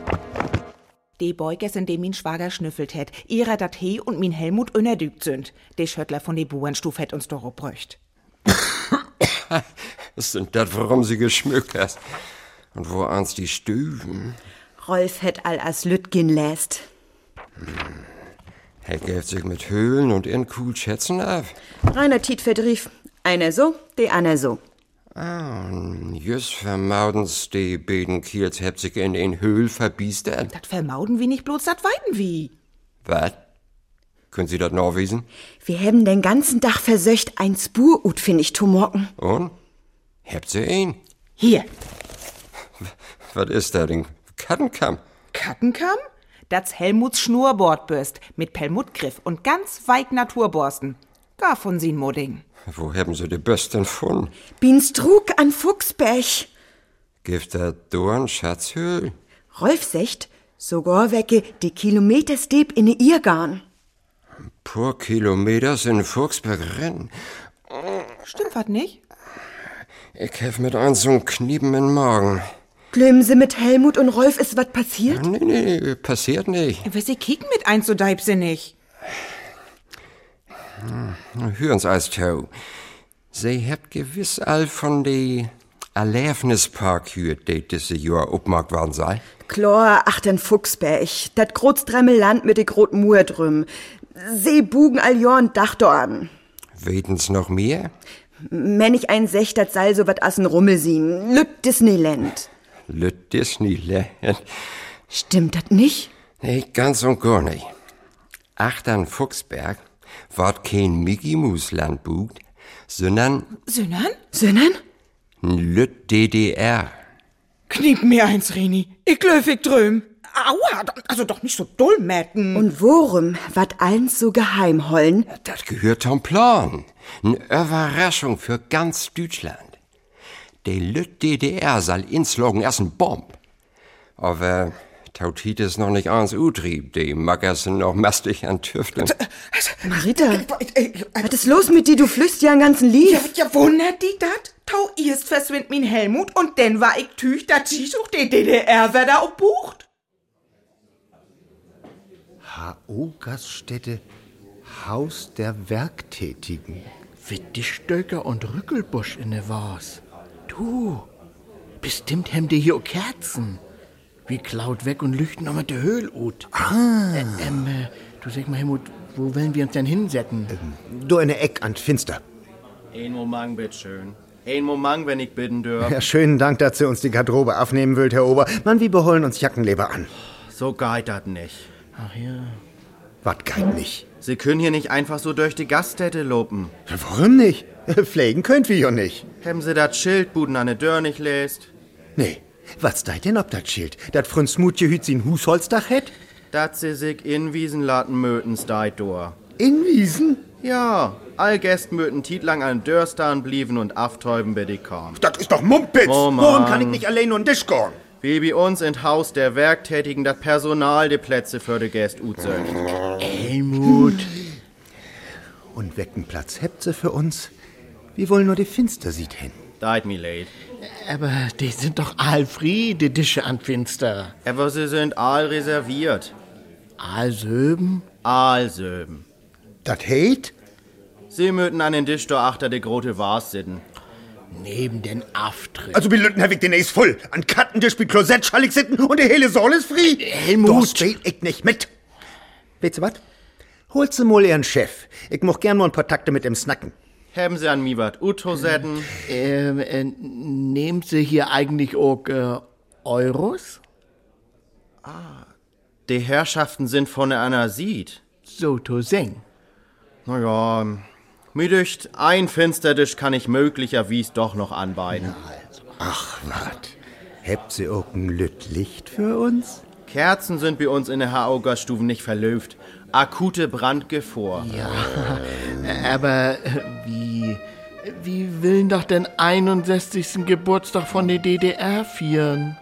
D: De Beugers, in dem min Schwager schnüffelt hätt, ihrer dat he und min Helmut unerdügt sind. De Schöttler von de Buhrenstuf hätt uns doch obbröcht.
F: Was sind das, warum sie geschmückt hast? Und wo ans die Stüven?
E: Rolf hätt all as Lütgen läst.
F: Er gäft sich mit Höhlen und ihren cool Schätzen ab.
E: Rainer Tiet verdrief. Einer so, de ander so.
F: Ah, und jüss vermaudens die beiden Kiels hebt sich in den Höhl verbiestert.
D: Dat vermauden wie nicht bloß, dat weiten wie.
F: Was? Können Sie das noch wissen?
E: Wir haben den ganzen Tag versöcht ein Spur ut, find ich, to morgen.
F: Und? Habt ihr ihn?
D: Hier,
F: Was ist da denn? Kattenkamm?
D: Kattenkamm? Dat's Helmuts Schnurrbordbürst mit Pelmutgriff und ganz weich Naturborsten. Gar von sin Mudding.
F: Wo haben Sie die Besten von?
E: Bins Trug an Fuchsberg.
F: Gibt da Dorn Schatzhöhl?
E: Rolf secht, sogar wecke de Kilometersteb in de Irrgarn.
F: Pur Kilometer sind Fuchsberg rennen.
D: Stimmt wat nicht?
F: Ich hef mit eins so'n Kniepen im Magen.
E: Glömen Sie mit Helmut und Rolf ist wat passiert?
F: Nee, nee, passiert nicht.
D: Wer sie kicken mit eins so deibsinnig?
F: Hören's als Tau. Sie hebt gewiss all von de Erlebnispark hört, de diese Jahr obmarkt waren sei.
E: Chlor, ach den Fuchsberg, dat Großdremmel Land mit de groten Mur drüm. See bugen all Jorn Dachtor an.
F: Weten's noch mehr?
E: Wenn ich ein Sech, dat Sal so wat assen Rummel sien. Lüb Disneyland.
F: Lüt Disneyland.
E: Stimmt dat nicht?
F: Nee, ganz und gar nicht. Achtern Fuchsberg ward kein Mickey Mouse Land bucht, sondern
D: Sünnern?
E: Sönnen?
F: Lüt DDR.
D: Kniep mir eins, Reni. Ich löfig dröm. Aua, do- also doch nicht so doll, Matten.
E: Und worum wat allens so geheim hollen?
F: Das gehört zum Plan. Eine Überraschung für ganz Deutschland. Die Lüt DDR soll inslagen erst ein Bomb. Aber Tautit ist noch nicht ans Utrieb, die Mackers sind noch mastig an Tüfteln.
E: Marita, was ist los mit dir? Du flüchst ja einen ganzen Lied.
D: Ja, ja wundert dich dat? Tau erst verschwindt min Helmut und denn war ich tüch, dat sie sucht die DDR, wer da auch bucht.
B: HO-Gaststätte Haus der Werktätigen.
C: Wird die Stöcker und Rückelbusch inne war's. Du, bestimmt hem die hier auch Kerzen. Wie klaut weg und lüchten noch mit der Höhl ut. Ah. Ä ähm, äh, du sag mal, Helmut, wo wollen wir uns denn hinsetzen?
B: Du eine Eck an Finster.
I: Ein Moment, bitteschön. Ein Moment, wenn ich bitten dürf.
B: Ja, schönen Dank, dass ihr uns die Garderobe abnehmen wollt, Herr Ober. Mann, wir beholen uns Jackenleber an.
I: So geht das nicht.
C: Ach ja.
B: Was geht nicht?
I: Sie können hier nicht einfach so durch die Gaststätte lopen.
B: Warum nicht? Äh, Pflegen könnt wir ja nicht.
I: Haben Sie das Schild, Buden an der Dörr nicht lest?
B: Nee, was deit denn ob dat Schild? Dat Franz Mutje hüt sin Husholzdach hätt?
I: Dat Sie sich in Wiesen laten mötens deit dor.
B: In Wiesen?
I: Ja, all Gäst möten titlang an Dörrstan blieven und aftäuben bei die kam.
B: Dat ist doch Mumpitz!
I: Oh, Mann.
B: Warum kann ich nicht allein nur in den Tisch gorn?
I: Wie bei uns in Haus der Werktätigen dat Personal de Plätze für die Gäst utzögt.
C: Helmut.
B: Und wecken Platz hebt sie für uns. Wir wollen nur die Finster sieht hin.
I: Deit mi leid.
C: Aber die sind doch Alfriede Dische an Finster.
I: Aber Sie sind all reserviert.
C: Alsöben?
I: Allsöben.
B: Dat hält?
I: Sie möten an den Tisch dor achter de grote Wars sitten.
C: Neben den Aftritt.
B: Also, wir Lütten Herwig den ist voll. An Kattentisch mit Klosett schallig sitten und der hele Saal ist frei.
C: Helmut.
B: Das spiel ich nicht mit. Weißt du was? Holt sie mal ihren Chef. Ich moch gern mal ein paar Takte mit ihm snacken.
I: Haben Sie an mi wat Uto setten?
C: Ähm, äh, nehmen Sie hier eigentlich auch äh, Euros?
I: Ah, Die Herrschaften sind von der Anasid.
C: So to sing.
I: Naja, mir dücht, ein Finstertisch kann ich möglicherwies doch noch anbeiden.
B: Ach, wat? Hebt sie auch ein Lütt Licht für uns?
I: Kerzen sind bei uns in der HO-Gaststufen nicht verlöft. Akute Brandgefahr.
C: Aber äh, wie, wie willen doch den 61. Geburtstag von der DDR feiern?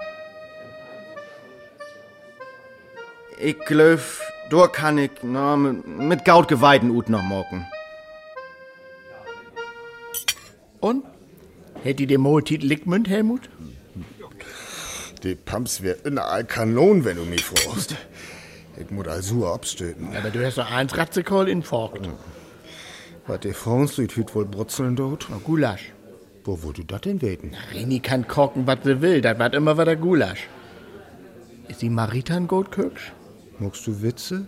I: Ich glöf, dort kann ich na, mit, mit Gaut geweihten Ut noch morgen.
C: Und? Hätte die Motiv Lickmünd, Helmut?
J: Die Pumps wär inner all Kanon, wenn du mich fragst. Ich muss all Sur abstöten.
C: Aber du hast doch eins Ratzekoll in Forkt.
J: Was die Frauenslied hüt wohl brutzeln dort?
C: Gulasch.
J: Wo wollt du das denn weten?
C: Rini kann kochen, was sie will, das war immer wieder Gulasch. Ist die Marita ein Goldkirsch?
J: Muckst du Witze?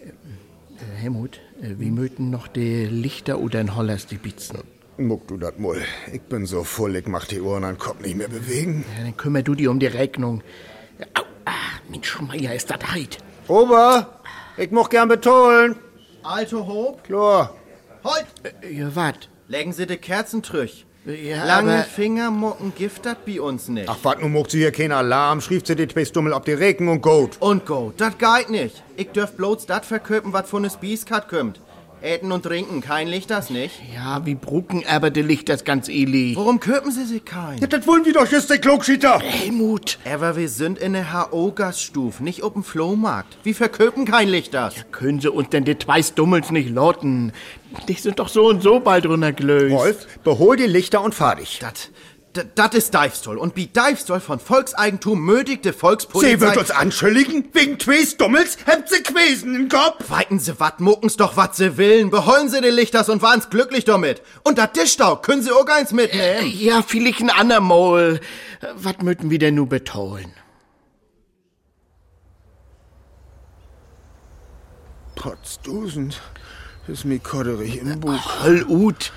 C: Äh, Helmut, äh,
I: Hm.
C: wir möten noch die Lichter oder in Hollers die Bitzen.
J: Muck du dat Mull. Ich bin so voll, ich mach die Ohren an den Kopf nicht mehr bewegen.
C: Ja, dann kümmer du dich um die Rechnung. Äh, Au, ah, Mensch, Schmeier, ist das heit.
B: Ober, ich moch gern betonen.
I: Alte Hob,
B: Klar.
I: holt!
C: Äh, Ja, wat?
I: Legen Sie die Kerzen trüch.
C: Ja,
I: Lange
C: aber-
I: Finger mucken giftert bi uns nicht.
B: Ach, wat, nun muckt sie hier keinen Alarm. Schrieft sie die zwei Stummel ab die Regen und gut.
I: Und go, dat geht nicht. Ich dürf bloß dat verköpen, wat von es Bieskat kümmt. Äten und trinken, kein Licht das nicht.
C: Ja, wir brucken aber die Licht das ganz eli.
I: Worum köpen Sie sich kein?
B: Das wollen wir doch, ist der Klugschieter.
C: Helmut!
I: Aber wir sind in der HO-Gaststuf, nicht auf dem Flohmarkt. Wie verköpen kein Licht das?
C: Können sie uns denn die zwei Dummels nicht lotten? Die sind doch so und so bald runtergelöst.
B: Wolf, behol die Lichter und fahr dich.
I: Dat, dat, dat ist Divestoll. Und wie Divestoll von Volkseigentum mödigte Volkspolizei...
B: anschuldigen? Wegen Twees Dummels? Hebt sie Quesen im Kopf?
I: Weiten Sie wat, mucken's doch wat Sie willen. Behollen Sie die Lichters und waren's glücklich damit. Und dat Tischdau können Sie auch eins mitnehmen.
C: Äh, Ja, vielleicht ein andermal. Was möten wir denn nur betonen?
J: Potzdusend. Ist mir kodderig im Bug.
C: Voll ut.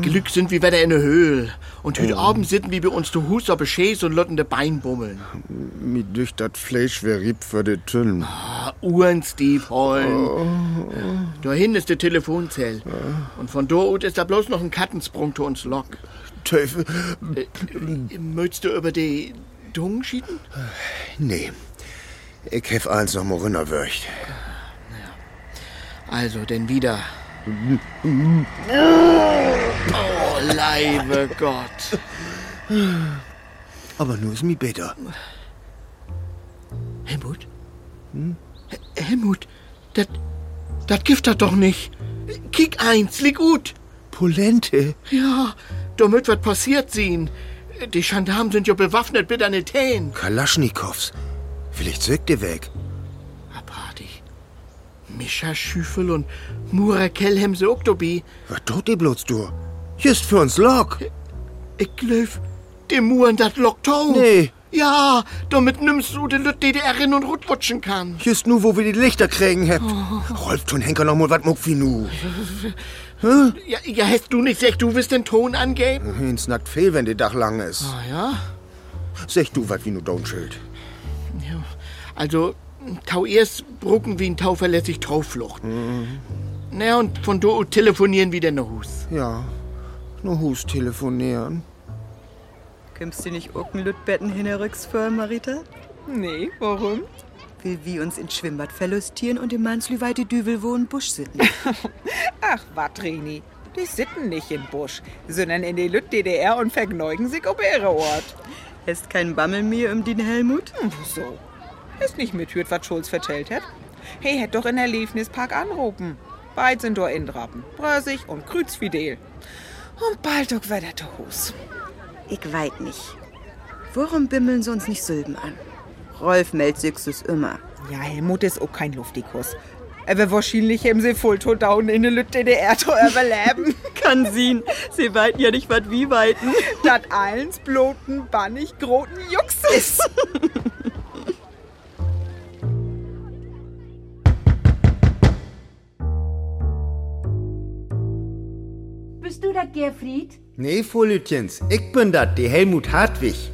C: Glück sind wir wieder in der Höhle. Und heute Abend sitzen wir bei uns zu Hus auf Schäs und lotten de Bein bummeln.
J: Mir durch dat Fleisch wär rieb für de Tüllen.
C: Ah, Uhren, Steve, Holm. Da hin ist die Telefonzelle. Und von da ut ist da bloß noch ein Kattensprung zu uns Lok.
J: Teufel.
C: Möchtest du über die Dung schieden?
J: Nee. Ich hef eins noch mal runterwürcht.
C: Also, denn wieder. Oh, leibe Gott.
B: aber nur ist mi besser.
C: Helmut? Hm? H- Helmut, das das gibt das doch nicht. Kick eins, lieg gut.
B: Polente?
C: Ja, damit wird passiert sein. Die Gendarmen sind ja bewaffnet, bitte nicht hin.
B: Kalaschnikows. Vielleicht sögt ihr weg.
C: Abartig. Mischa Schüffel und Mura Kellhem sind auch dabei.
B: Was tut ihr bloß du? Hier ist für uns Lock.
C: Ich glaub, die Muren dat lockt auch.
B: Nee.
C: Ja, damit nimmst du den Lüt, die der Erin und rutwutschen kann.
B: Hier ist nur, wo wir die Lichter kriegen habt.
K: Oh.
B: Rolf, tun Henker noch mal wat muck wie nu.
C: Ja, ja, hast du nicht gesagt, du willst den Ton angeben?
B: Ins nackt fehl, wenn die Dach lang ist.
C: Ah ja?
B: Sech du wat wie nu don't schild.
C: Ja, also, tau erst brucken wie ein Tau verlässlich Tauflucht. Mhm. Na, und von do ut telefonieren wieder nach Hus.
B: Ja, nur Hus telefonieren.
E: Kümmst du nicht Urkenlütbetten hinterrücks für, Marita?
D: Nee, warum?
E: Will wie uns in Schwimmbad verlustieren und im Manslüweite Düvel wohnen Busch sitten.
D: Ach, wat, Rini. Die sitten nicht in Busch, sondern in die Lütt DDR und vergneugen sich ob ihre Ort.
E: Hast kein Bammel mehr um den Helmut?
D: So. Ist nicht mithört, was Schulz vertellt hat. Hey, hätt doch in der Liefnispark anrufen. Beid sind doch Indrappen. Brösig und Krüzfidel. Und bald doch wieder der Hus.
E: Ich weit nicht. Warum bimmeln sie uns nicht Sülben an? Rolf meldt Sixus immer.
D: Ja, Helmut ist auch kein Luftikus. Er wird wahrscheinlich im Seefulto down in der Lütt DDR zu überleben.
E: Kann sehen. Sie weiten ja nicht wat wie weiten.
D: dat allens bloten, bannig, groten Jux ist.
K: Bist du das, Gerfried?
B: Nee, Folütjens, ich bin dat, die Helmut Hartwig.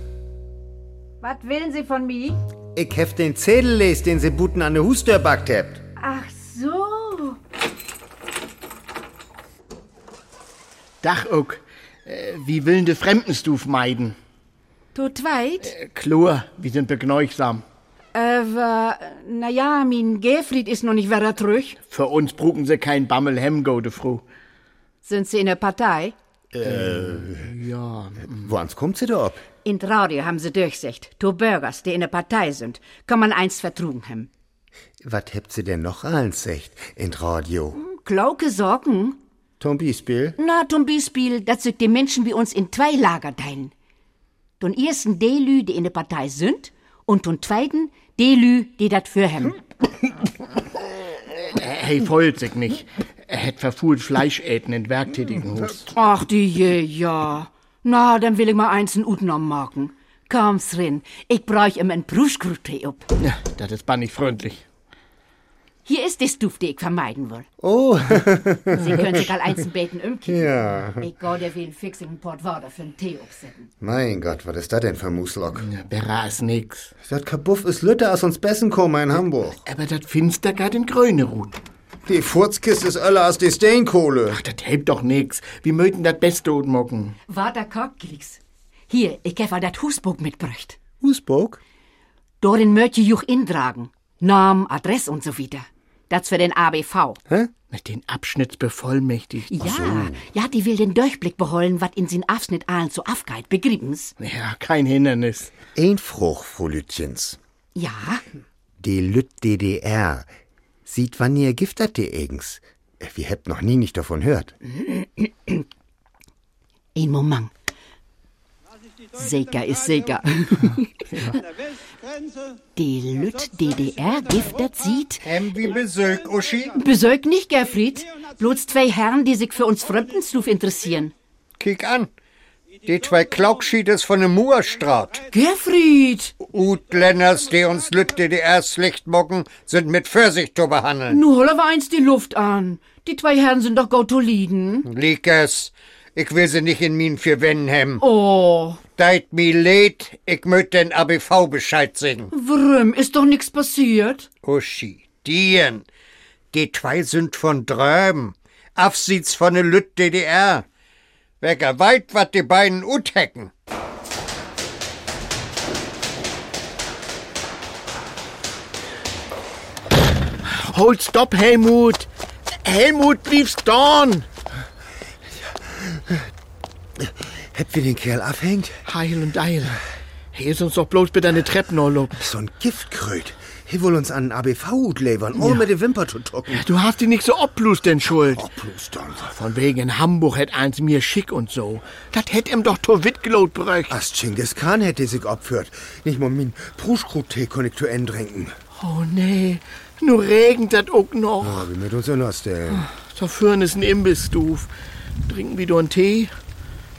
K: Was willen Sie von mir?
B: Ich hef den Zettel les, den sie buten an der Huster backt habt.
K: Ach so.
C: Dach auch. Äh, wie willen de Fremdenstuf meiden?
K: Du zweit?
C: Äh, Chlor, wir sind begneugsam.
K: Aber, naja, mein Gerfried ist noch nicht weiter zurück.
C: Für uns brucken sie kein Bammel Hemgo, de Frau.
K: Sind Sie in der Partei?
B: Woans kommt sie da ab?
K: In Radio haben sie durchsicht. Du Bürgers, die in der Partei sind, kann man eins vertrugen haben.
B: Wat habt sie denn noch allen secht in Radio?
K: Glauke Sorgen?
B: Tom Biesbiel?
K: Na, zum Beispiel, dass sich die Menschen wie uns in zwei Lager teilen. Zum ersten die Lü, die in der Partei sind, und zum zweiten die Lü, die dat für haben.
C: Hey, folgt sich nicht. Er hätt verfuhlt Fleisch äten in werktätigen Hus.
K: Ach, die je, ja. Na, dann will ich mal eins in Utnam machen. Komm's rin, ich bräuch ihm ein Bruschkrute up.
C: Ja, das ist bannig freundlich.
K: Hier ist die Stufe, die ich vermeiden will.
B: Oh,
K: Sie können sich all einzeln beten umkippen. Ja. Ich geh dir will fix in Port Water für einen Tee aufsetzen.
B: mein Gott, was ist das denn für ein Muslock?
C: Ja, Berra ist nix.
B: Dat Kabuff ist Lütte aus uns besten kommen in Hamburg.
C: Aber das finster gar den Grüne ruht.
B: Die Furzkiste ist öller als die Steinkohle.
C: Das hält doch nix. Wir möchten das Beste und mocken.
K: Water Korkklicks. Hier, ich hab all dat Husbuch mitbrücht.
B: Husburg?
K: Dorin möchte juch intragen. Namen, Adress und so weiter. Das für den ABV.
C: Mit den Abschnittsbevollmächtigten.
K: Ja, ja, die will den Durchblick beholen, wat in sin Abschnitt allen zu Afgeit begriebens.
C: Ja, kein Hindernis.
B: Ein Fruch, Folütjens.
K: Ja,
B: Die Lütt DDR. Sieht, wann ihr giftert die Egens. Wir hätt noch nie nicht davon hört.
K: ein Moment. Sicher ist sicher. Die Lütt DDR giftet sieht.
G: Hem wie besögt, Uschi.
K: Besorgt nicht, Gerfried. Bloß zwei Herren, die sich für uns Fremdenstuf interessieren.
G: Kick an. Die zwei Klaukschieders von der Moorstraat.
K: Gerfried!
G: Utlenners, die uns Lütt DDR schlecht mocken, sind mit Vorsicht zu behandeln.
K: Nu holen wir eins die Luft an. Die zwei Herren sind doch Gautoliden.
G: Lieg es. Ich will sie nicht in min für Wennen hemmen.
K: Oh,
G: Deit mi leid, ich möt den ABV Bescheid singen.
K: warum ist doch nix passiert?
G: Uschi, dien. Die zwei sind von dröben. Afsieds von der Lütt DDR. Wecker weit, wat die beiden uthecken.
C: Hold stopp, Helmut! Helmut, blieb storn!
B: Habt wir den Kerl abhängt?
C: Heil und Eil. He ist uns doch bloß mit deine Treppen erlobt.
B: So ein Giftkröt. He will uns an ABV-Hut levern, ohne
C: Ja.
B: mit der Wimper zu tucken.
C: Du hast dich nicht so obblust denn schuld.
B: dann.
C: Von wegen in Hamburg hätt eins mir schick und so. Das hätt ihm doch to Witgelot bräucht.
B: As Genghis Khan hätte sich abführt. Nicht mal min Pruschkrut-Tee kann ich zu Ende trinken.
C: Oh nee, nur regnet das auch noch.
B: Aber wir Ah, mit uns anders, der.
C: Da führen ist ein Imbissduf. Trinken wir doch einen Tee?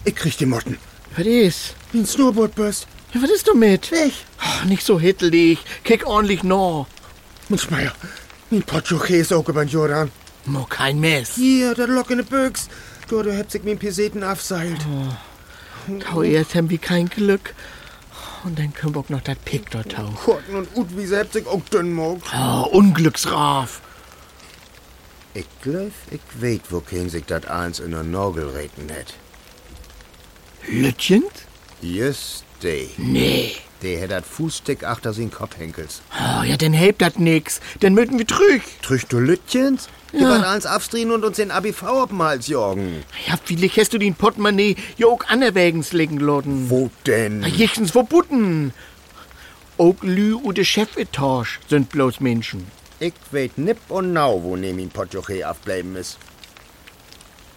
B: Ich krieg die Motten.
C: Was ist?
B: Wie ein Snowboardburst.
C: Ja, was ist damit?
B: Weg.
C: Ach, nicht so hittelig. Kick ordentlich noch.
B: Munzmeier, min Potschuche ist auch über den Jordan.
C: Mo kein Mess.
B: Hier, der lockene Büchs. Du, du hebt sich min Peseten abseilt.
C: Tau erst haben wir kein Glück. Und dann können wir auch noch das Pick dort tau.
B: Korten und Utwiese hebt sich auch dünn mogt.
C: Oh, Unglücksraf.
B: Ich glaub, ich weet, wohin sich dat eins in der Nagel reden hätt.
C: Lütchen?
B: Yes, de.
C: Nee.
B: De hätt dat Fußstick achter sin Kopfhenkels.
C: Oh, ja, dann hebt das nix. Dann müssen wir trüch.
B: Trüch du Lütchens? Die
C: Ja.
B: ja. eins abstrien und uns den ABV obm Hals jorgen.
C: Ja, vielleicht hast du den Portemonnaie ja auch anerwägens legen lassen.
B: Wo denn?
C: Na, Jichtens verboten. Auch Lü oder Chefetage sind bloß Menschen.
B: Ich weet nipp und nau, wo nehm ihn Potjoche abbleiben is.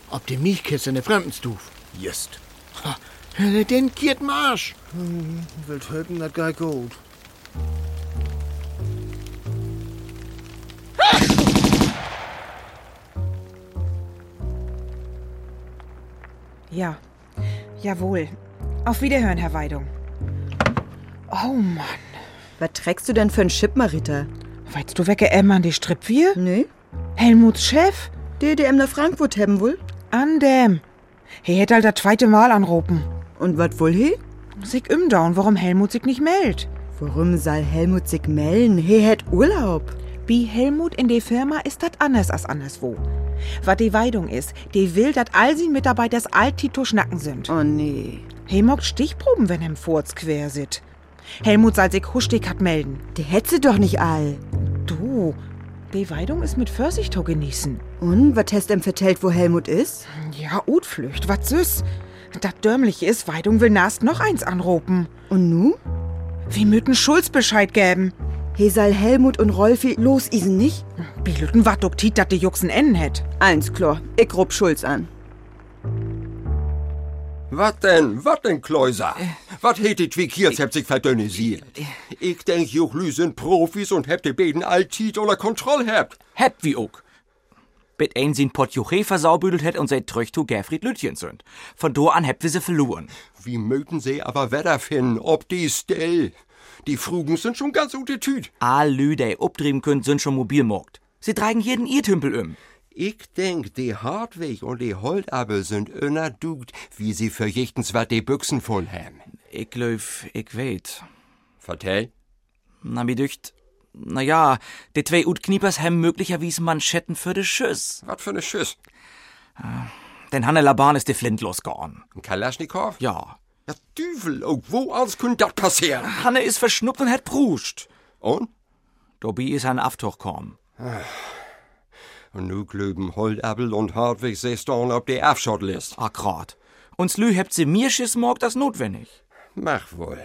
C: Ob die Milchkiste in der Fremdenstuf.
B: Just.
C: Ha, Den kiert Marsch.
B: Wild höken dat gar gut.
D: Ja, jawohl. Auf Wiederhören, Herr Weidung. Oh Mann.
E: Was trägst du denn für ein Chip, Marita?
D: Weißt du, wecke Emma an die Strippwier?
E: Nee.
D: Helmuts Chef?
E: DDM nach Frankfurt haben wohl.
D: Andem. He hätt halt das zweite Mal anrufen.
E: Und wat wohl he?
D: Sig im Down, warum Helmut sich nicht meldet.
E: Warum soll Helmut sich melden? He hätt Urlaub.
D: Wie Helmut in de Firma ist dat anders als anderswo. Wat die Weidung ist, die will, dat all sin Mitarbeiters altito schnacken sind.
E: Oh nee.
D: He mockt Stichproben, wenn hem Furz quer sit. Helmut soll sich hustig hat melden.
E: Die hätt sie doch nicht all.
D: Du, die Weidung ist mit Pfirsich to genießen.
E: Und wat hast ihm vertellt, wo Helmut ist?
D: Ja, Utflücht, wat süß. Dat dörmlich ist, Weidung will nast noch eins anropen.
E: Und nu?
D: Wie müten Schulz Bescheid gäben?
E: He soll Helmut und Rolfi losisen, nicht?
D: Biluten wat duktit, dat de Juxen ennen hätt.
E: Eins klar, ich rub Schulz an.
F: Was denn? Was denn, Kleuser? Was hätt die Twikiers hebt sich verdönnisiert? Ich denk, Juchlü sind Profis und hebt die Beden alltit oder Kontroll hebt.
L: Hätt wie ook. Mit ein sin Pott Juche versaubüdelt hätt und seit Tröch to Gerfried Lütchen sind. Von do an hebt wir se verloren.
F: Wie möten sie aber Wetter finden, ob die Stell? Die Frugen sind schon ganz gute Tüt.
L: All Lü, die obtrieben könnt, sind schon mobil morgt. Sie tragen jeden ihr Tümpel um.
F: Ich denk, die Hartwig und die Holdabel sind inner dugt, wie sie für jichtens wat die Büchsen voll haben.
L: Ich löf, ich weet.
F: Vertell?
L: Na, mir dücht. Na ja, die zwei Ut Kniepers haben möglicherweise Manschetten für de Schüss.
F: Wat für ne Schüss?
L: Denn Hanne Laban ist de Flint losgegangen.
F: Ein Kalaschnikow?
L: Ja.
F: Ja, Düvel, auch wo als könnt dat passieren?
L: Hanne ist verschnuppt und hat Brust.
F: Und? Ah.
L: Dobi ist an Aftuch kommen.
F: Und nu glöben Holdabel und Hartwig sich dann ob die Abschottlist.
L: Akkurat. Uns Lü hebt sie mir schiss morgt das notwendig.
F: Mach wohl.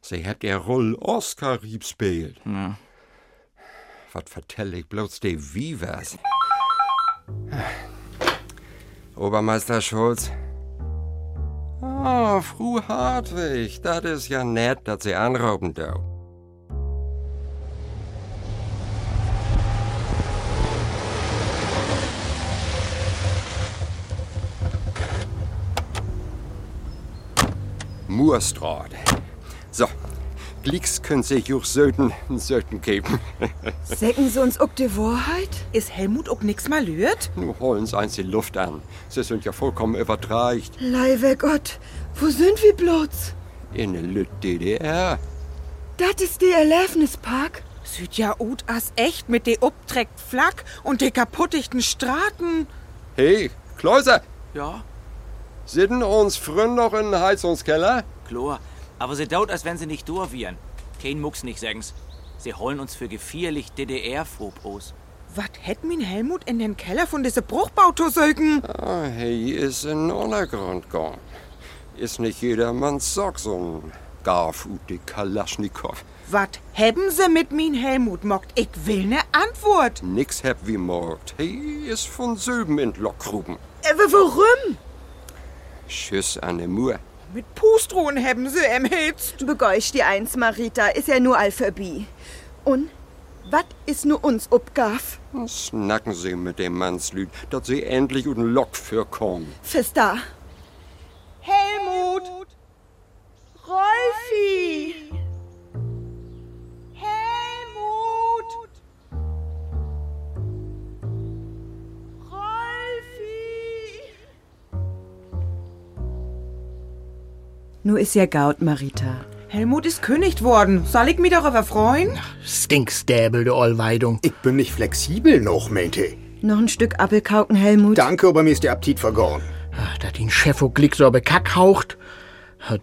F: Sie hat der Roll Oscar gespielt.
L: Ja.
F: Wat vertell ich bloß de Vivas? Obermeister Schulz. Ah, Fru Hartwig, dat is ja nett, dat sie anrauben dau. Moorstraat. So, Glicks können sich auch Söten, Söten geben.
E: Säcken sie uns ob die Wahrheit?
D: Is Helmut ook nix malürt?
F: Nun holen sie eins die Luft an. Sie sind ja vollkommen übertreicht.
E: Leiwe Gott, wo sind wir bloß?
F: In der Lüt DDR.
E: Das ist der Erlebnispark?
D: Süd ja ut as echt mit de uptreckt Flak und de kaputtigten Straten.
F: Hey, Kleuser,
L: Ja,
F: sind uns Frön noch in den Heizungskeller?
L: Chlor. Aber sie dauert, als wenn sie nicht durchwieren. Kein Mucks nicht sagen's. Sie holen uns für gefährlich DDR-Frohpos.
D: Wat hätt min Helmut in den Keller von diese Bruchbauto sögen?
F: Ah, hey, ist in den Untergrund gegangen. Ist nicht jedermanns Sock so ein Garf und die Kalaschnikow.
D: Wat hebben sie mit min Helmut mockt? Ich will ne Antwort.
F: Nix hab wie mord. He ist von Söben in Lockruben.
D: Äh, warum?
F: Tschüss an der Mur.
D: Mit Pustrohen haben sie em Hitz.
E: Begeucht die eins, Marita, ist ja nur Alphabie. Und was ist nur uns obgaf?
F: Snacken Sie mit dem Mannslüd, dass Sie endlich und Lock für kommen.
E: Fista.
D: Helmut! Rolfi! Helmut! Rolfi!
E: Nur ist ja gaut, Marita.
D: Helmut ist König worden. Soll ich mich darüber freuen?
C: Stinkstäbel, du Allweidung.
B: Ich bin nicht flexibel noch, meinte.
E: Noch ein Stück Appelkauken, Helmut.
B: Danke, aber mir ist der Appetit vergoren.
C: Da den Chef o Glick so aber Kack haucht,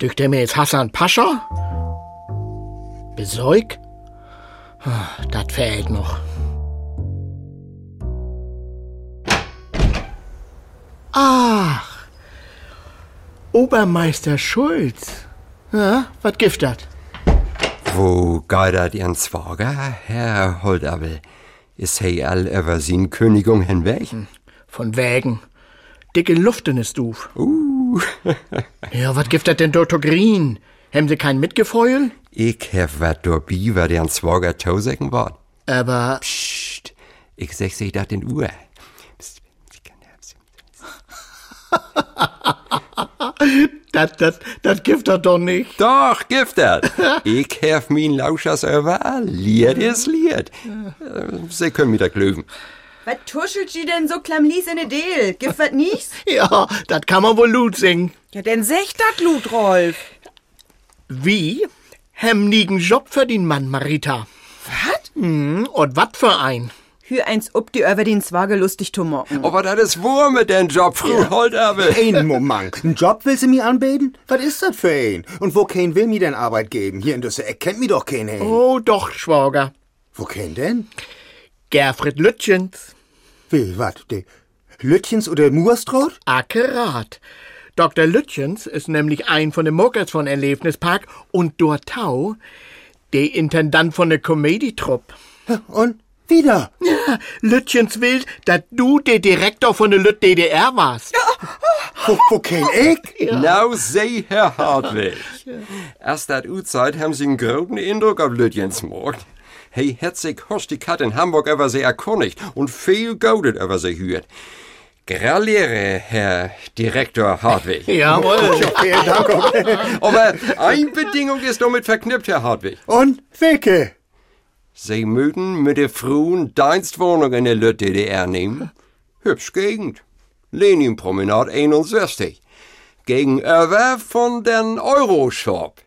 C: dürft er mir jetzt Hassan Pascha? Besäug? Das fehlt Ah, noch. Ach, Obermeister Schulz. Ja, was giftet?
F: Wo geidert Ihren Zwager, Herr Holdabel? Ist he all über sin Königung hinweg?
C: Von wegen. Dicke Luft in es Duf.
F: Uh.
C: ja, was giftet denn Dr. Green? Haben Sie kein Mitgefeuel?
F: Ich hef wat dorbi, wer Ihren Zwager Tosecken ward.
C: Aber.
F: Psst, ich sech sich nach den Uhr.
C: Das, das, das giftet doch nicht.
F: Doch, giftet. ich hef min Lauschers überall. Lied ist Lied. Sie können wieder klöven.
E: Was tuschelt sie denn so klammlies in de Deel? Gibt wat nichts?
C: Ja, das kann man wohl Lut singen.
D: Ja, denn sech dat Lut, Rolf.
C: Wie? Hemnigen Job für den Mann, Marita.
D: Wat?
C: Hm, und wat für ein?
E: Hür eins ob die über den Zwage lustig tumocken.
F: Aber das ist Wurme, den Job, Frau ja. Holdabel.
B: Einen Moment. Einen Job will sie mir anbeten? Was ist das für ein? Und wo kein will mir denn Arbeit geben? Hier in Düsseldorf kennt mir doch keinen.
C: Oh, doch, Schwager.
B: Wo kein denn?
C: Gerfried Lütchens.
B: Wie, wat? De Lütchens oder Murstrot?
C: Akkurat. Dr. Lütchens ist nämlich ein von den Muckers von Erlebnispark und Dortau, der Intendant von der Comedy-Trupp.
B: Und wieder?
C: Ja, Lütchens will, dass du der Direktor von der Lütt DDR warst.
B: Wo, wo kein ich?
F: Ja. Now say, Herr Hartwig. Erst seit U-Zeit haben Sie einen groben Eindruck auf Lütchens Mord. Hey, Herzig Horst die Kat in Hamburg über sie erkundigt und viel Goldet über sie hürt. Graliere, Herr Direktor Hartwig.
C: Jawohl.
B: Vielen Dank.
F: Aber eine Bedingung ist damit verknüpft, Herr Hartwig.
B: Und Wicke.
F: Sie mögen mit der frühen Dienstwohnung in der Lütt DDR nehmen. Hübsch Gegend. Leninpromenade 61. Gegenüber von den Euroshop.